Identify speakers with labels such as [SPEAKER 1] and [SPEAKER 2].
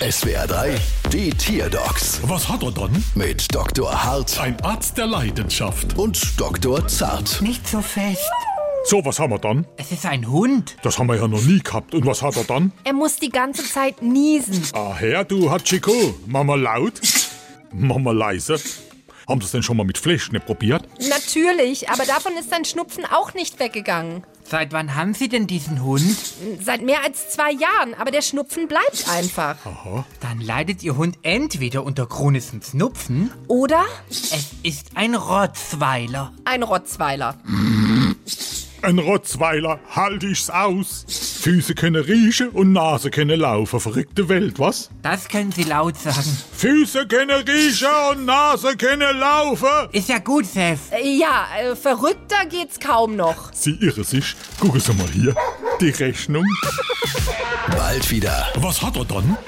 [SPEAKER 1] SWR 3, die Tierdocs
[SPEAKER 2] Was hat er dann?
[SPEAKER 1] mit Dr. Hart
[SPEAKER 2] Ein Arzt der Leidenschaft.
[SPEAKER 1] und Dr. Zart.
[SPEAKER 3] Nicht so fest.
[SPEAKER 2] So, was haben wir dann?
[SPEAKER 3] Es ist ein Hund.
[SPEAKER 2] Das haben wir ja noch nie gehabt. Und was hat er dann?
[SPEAKER 4] Er muss die ganze Zeit niesen.
[SPEAKER 2] Ah, Herr, du Hachiko. Mama laut, Mama leise. Haben Sie es denn schon mal mit Fleischknepp probiert?
[SPEAKER 4] Natürlich, aber davon ist sein Schnupfen auch nicht weggegangen.
[SPEAKER 3] Seit wann haben Sie denn diesen Hund?
[SPEAKER 4] Seit mehr als zwei Jahren, aber der Schnupfen bleibt einfach.
[SPEAKER 3] Dann leidet Ihr Hund entweder unter chronischen Schnupfen,
[SPEAKER 4] Oder
[SPEAKER 3] es ist ein Rotzweiler.
[SPEAKER 4] ein Rotzweiler.
[SPEAKER 2] Ein Rotzweiler, halt ich's aus. Füße können riechen und Nase können laufen. Verrückte Welt, was?
[SPEAKER 3] Das können Sie laut sagen.
[SPEAKER 2] Füße können riechen und Nase können laufen.
[SPEAKER 3] Ist ja gut, Chef.
[SPEAKER 4] Äh, Ja, äh, verrückter geht's kaum noch.
[SPEAKER 2] Sie irren sich. Gucken Sie mal hier. Die Rechnung.
[SPEAKER 1] Bald wieder.
[SPEAKER 2] Was hat er dann?